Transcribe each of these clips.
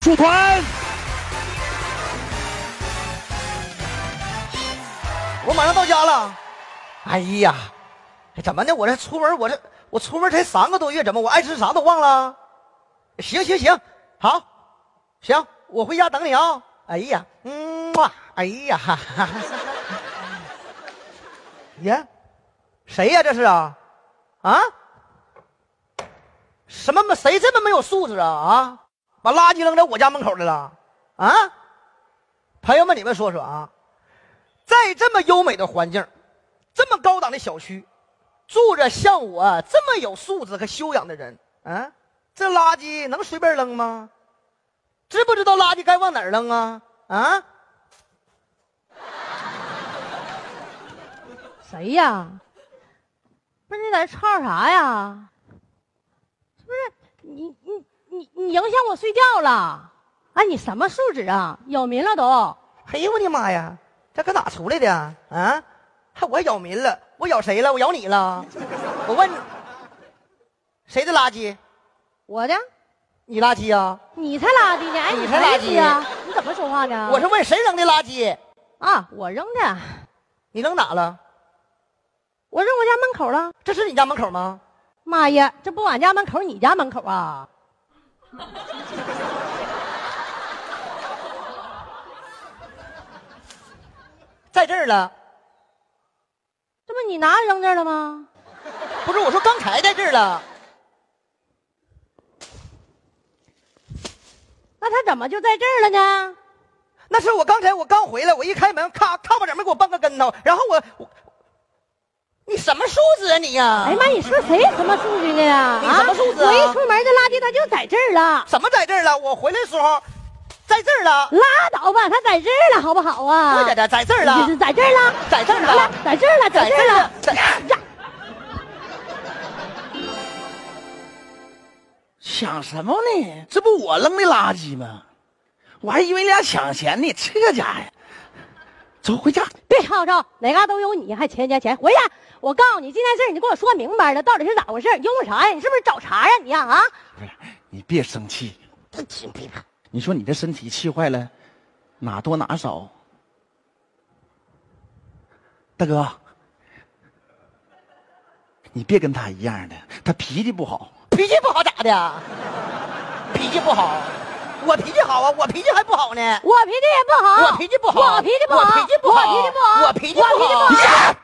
出团！我马上到家了。哎呀，哎怎么的？我这出门，我这我出门才三个多月，怎么我爱吃啥都忘了？行行行，好，行，我回家等你啊、哎呀，嗯哇，哎呀，哈哈哈呀，谁呀、这是啊？啊？什么没？谁这么没有素质啊？啊，把垃圾扔在我家门口来了？啊？朋友们，你们说说啊，在这么优美的环境，这么高档的小区，住着像我这么有素质和修养的人，啊，这垃圾能随便扔吗？知不知道垃圾该往哪儿扔啊？啊？谁呀？不是你在这吵吵啥呀？是不是你你你你影响我睡觉了？哎，你什么素质啊？扰民了都！哎呦我的妈呀，这搁哪出来的啊？啊还我咬民了，我咬谁了？我咬你了？我问你，谁的垃圾？我的，你垃圾啊？你才垃圾呢！哎，你你才才垃垃圾圾啊！你怎么说话呢？我是问谁扔的垃圾？啊，我扔的，你扔哪了？我扔我家门口了。这是你家门口吗？妈呀，这不俺家门口，你家门口啊？在这儿了？这不你拿着扔这儿了吗？不是，我说刚才在这儿了。那他怎么就在这儿了呢？那是我刚才我刚回来，我一开门，咔咔巴掌没给我绊个跟头，然后我我，你什么素质啊你呀、哎呀妈，你说谁什么素质呢？你啊，什么素质啊我一出门，这垃圾它就在这儿了。怎么在这儿了？我回来的时候，在这儿了，拉倒吧，他在这儿了，好不好啊？我在这儿在这儿了你，在这儿了，在这儿好了了，，在这儿了，在在这儿这儿了了，在呀想什么呢？这不我扔的垃圾吗？我还以为你俩抢钱呢，这家伙！走，回家。别吵吵，哪嘎都有你，还钱钱钱，回去！我告诉你，这件事儿你给我说明白了，到底是咋回事？因为啥呀？你是不是找茬呀？你呀啊？不是，你别生气。你说你这身体气坏了，哪多哪少？大哥，你别跟他一样的，他脾气不好。脾气不好咋的？脾气不好，我脾气好啊，我脾气还不好呢。我脾气也不好，我脾气不好，我脾气不好，我脾气不好，我脾气不好，我脾气不好，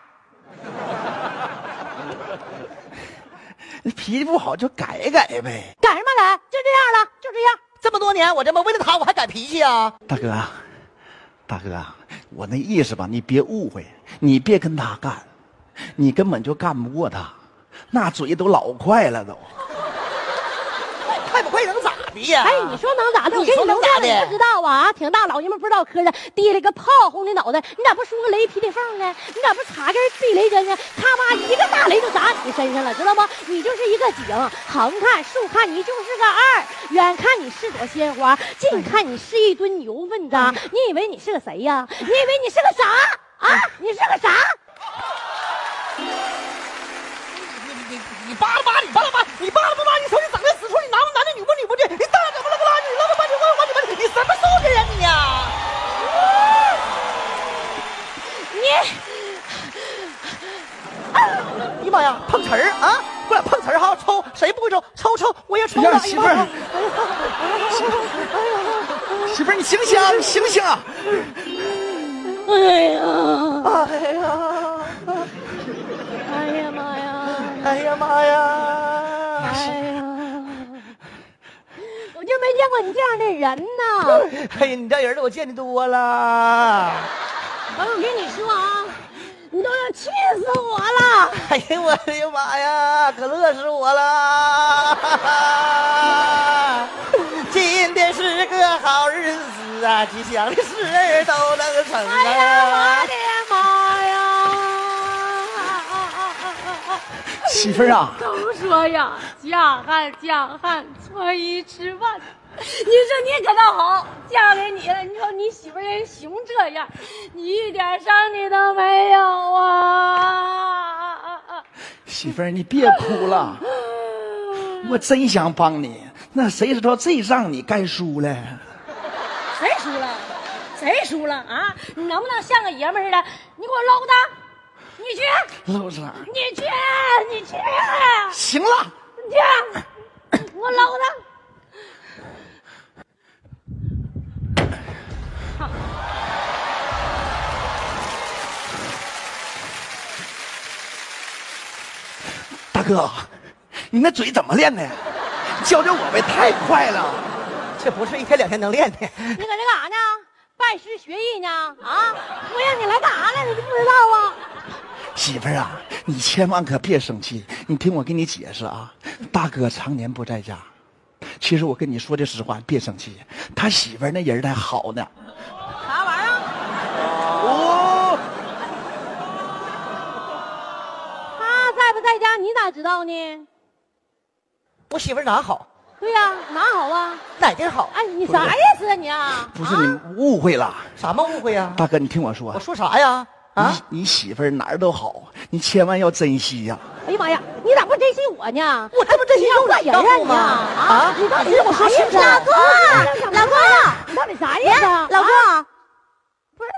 你脾气不好就改改呗。改什么改？就这样了，就这样。这么多年，我这么为了他，我还改脾气啊？大哥，大哥，啊我那意思吧，你别误会，你别跟他干，你根本就干不过他，那嘴都老快了都。快不快能咋的呀？哎，你说能咋的？我你给说你能留咋的这了，你不知道啊？挺大老爷们不知道磕碜，提了个炮轰你脑袋，你咋不梳个雷霹雳缝呢？你咋不插根避雷针呢？咔吧一个大雷就砸你身上了，知道吗？你就是一个井，横看竖看你就是个二，远看你是朵鲜花，近看你是一吨牛粪渣。你以为你是个谁呀、你以为你是个啥啊？你是个啥？你你你扒拉扒拉，你扒拉扒拉，你扒拉不扒拉？你瞅你整那死处，你男不男的，女不女不的，你大怎么了不拉你了吧唧我我你们你什么素质啊你呀、哎你呀妈呀，碰瓷儿啊！过来碰瓷儿哈，抽谁不会抽？抽抽我也抽哎呀了。媳妇儿，媳妇儿，你醒醒啊，你醒醒啊！哎呀，哎呀，哎呀妈 呀！哎呀妈呀！哎呀，我就没见过你这样的人呢。哎呀，你这人儿我见的多了。完了，我跟你说啊，你都要气死我了。哎呀，我的妈呀，可乐死我了！今天是个好日子啊，吉祥的事儿都能成哎呀，啊我！的妈呀！啊啊啊啊媳妇儿啊，都说呀，嫁汉嫁汉，穿衣吃饭。你说你可倒好，嫁给你了，你瞅你媳妇儿人熊这样，你一点伤你都没有啊！媳妇儿，你别哭了，我真想帮你，那谁知道这仗你该输了。输了？谁输了啊？你能不能像个爷们儿似的？你给我搂他，你去，陆婶儿，你去，你去，行了，你去，我搂他。大哥，你那嘴怎么练的呀？教教我呗，太快了。这不是一天两天能练的。你搁这干啥呢？拜师学艺呢？啊！我让你来干啥来了？你不知道啊？媳妇儿啊，你千万可别生气，你听我给你解释啊。大哥常年不在家，其实我跟你说句实话，别生气。他媳妇儿那人儿还好呢。啥玩意儿？啊哦，他在不在家？你咋知道呢？我媳妇儿哪好，对呀、哪好啊？哪地儿好？哎，你啥意思啊你啊？不是啊你误会了，什么误会呀、大哥，你听我说我，说啥呀？啊，你你媳妇儿哪儿都好，你千万要珍惜呀、哎呀妈呀，你咋不珍惜我呢？我这不珍惜哎肉你体让当我人中啊吗？你啊啊，你到底你是让我啥说意清思楚啊？啊？公，老哎公，你到底啥意思啊？老公啊，不是，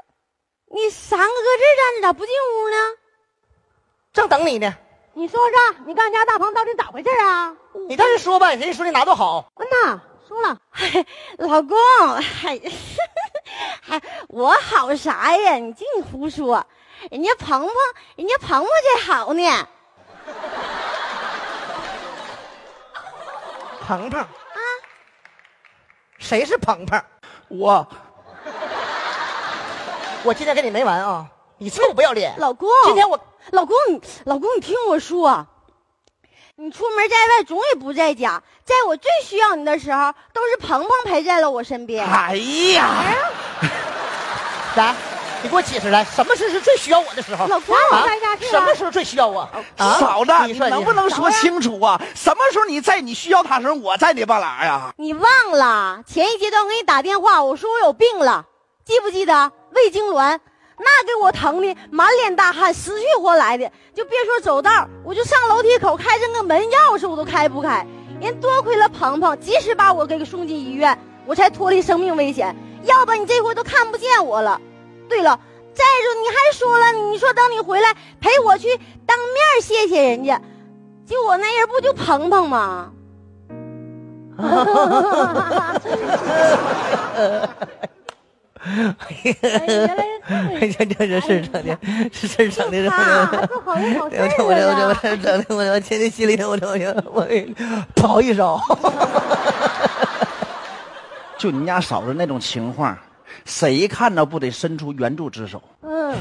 你三个搁这站着，咋不进屋呢？正等你呢，你说说，你干家大胖到底咋回事啊？你倒是说吧，人家说你哪都好，嗯呐，说了，哎 老公，还、 哎、还我好啥呀？你净胡说！人家鹏鹏，人家鹏鹏这好呢。鹏鹏啊，谁是鹏鹏？我我今天跟你没完啊！你臭不要脸！老公，今天我老公，你老公，你听我说，你出门在外总也不在家，在我最需要你的时候，都是鹏鹏陪在了我身边。哎呀，来，你给我解释来，什么时候是最需要我的时候？老公啊在家去啊什么时候最需要我？啊嫂子，你能不？能说说清楚啊？什么时候你在你需要他的时候，我在你啊半拉呀、你忘了前一阶段我给你打电话，我说我有病了，记不记得？胃痉挛，那给我疼的满脸大汗，死去活来的，就别说走道，我就上楼梯口开着个门钥匙我都开不开。人多亏了鹏鹏及时把我给送进医院，我才脱离生命危险，要不然你这回都看不见我了。对了，再说你还说了，你说等你回来陪我去当面谢谢人家，就我那人不就鹏鹏吗？哎原来是这么回事这这人事整的，这事儿整的，这啊，这好人好事我这我这我这我儿啊！这整的，我我天天心里头我这我这我不好意思啊，就你家嫂子那种情况，谁看着不得伸出援助之手？嗯，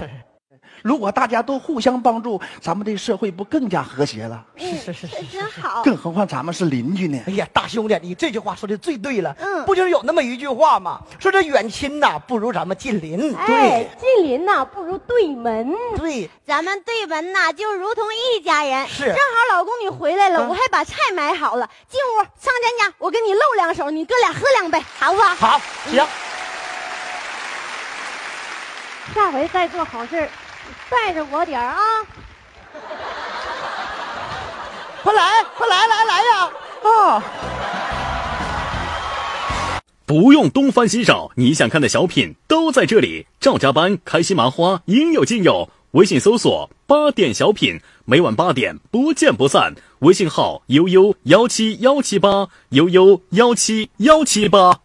如果大家都互相帮助，咱们这社会不更加和谐了？是是是是。真好。更何况咱们是邻居呢哎。呀，大兄弟，你这句话说的最对了。嗯不就是有那么一句话吗？说这远亲呐、不如咱们近邻。哎，近邻呐不如对门。对，咱们对门呐，就如同一家人。是正好老公你回来了，我还把菜买好了，进屋上咱家，我给你露两手，你哥俩喝两杯，好不好？好，行，下回再做好事儿，带着我点儿啊！快来，快来，来来呀！啊。不用东翻西找，你想看的小品都在这里。赵家班、开心麻花应有尽有。微信搜索“八点小品”，每晚八点不见不散。微信号：悠悠幺七幺七八，悠悠幺七幺七八。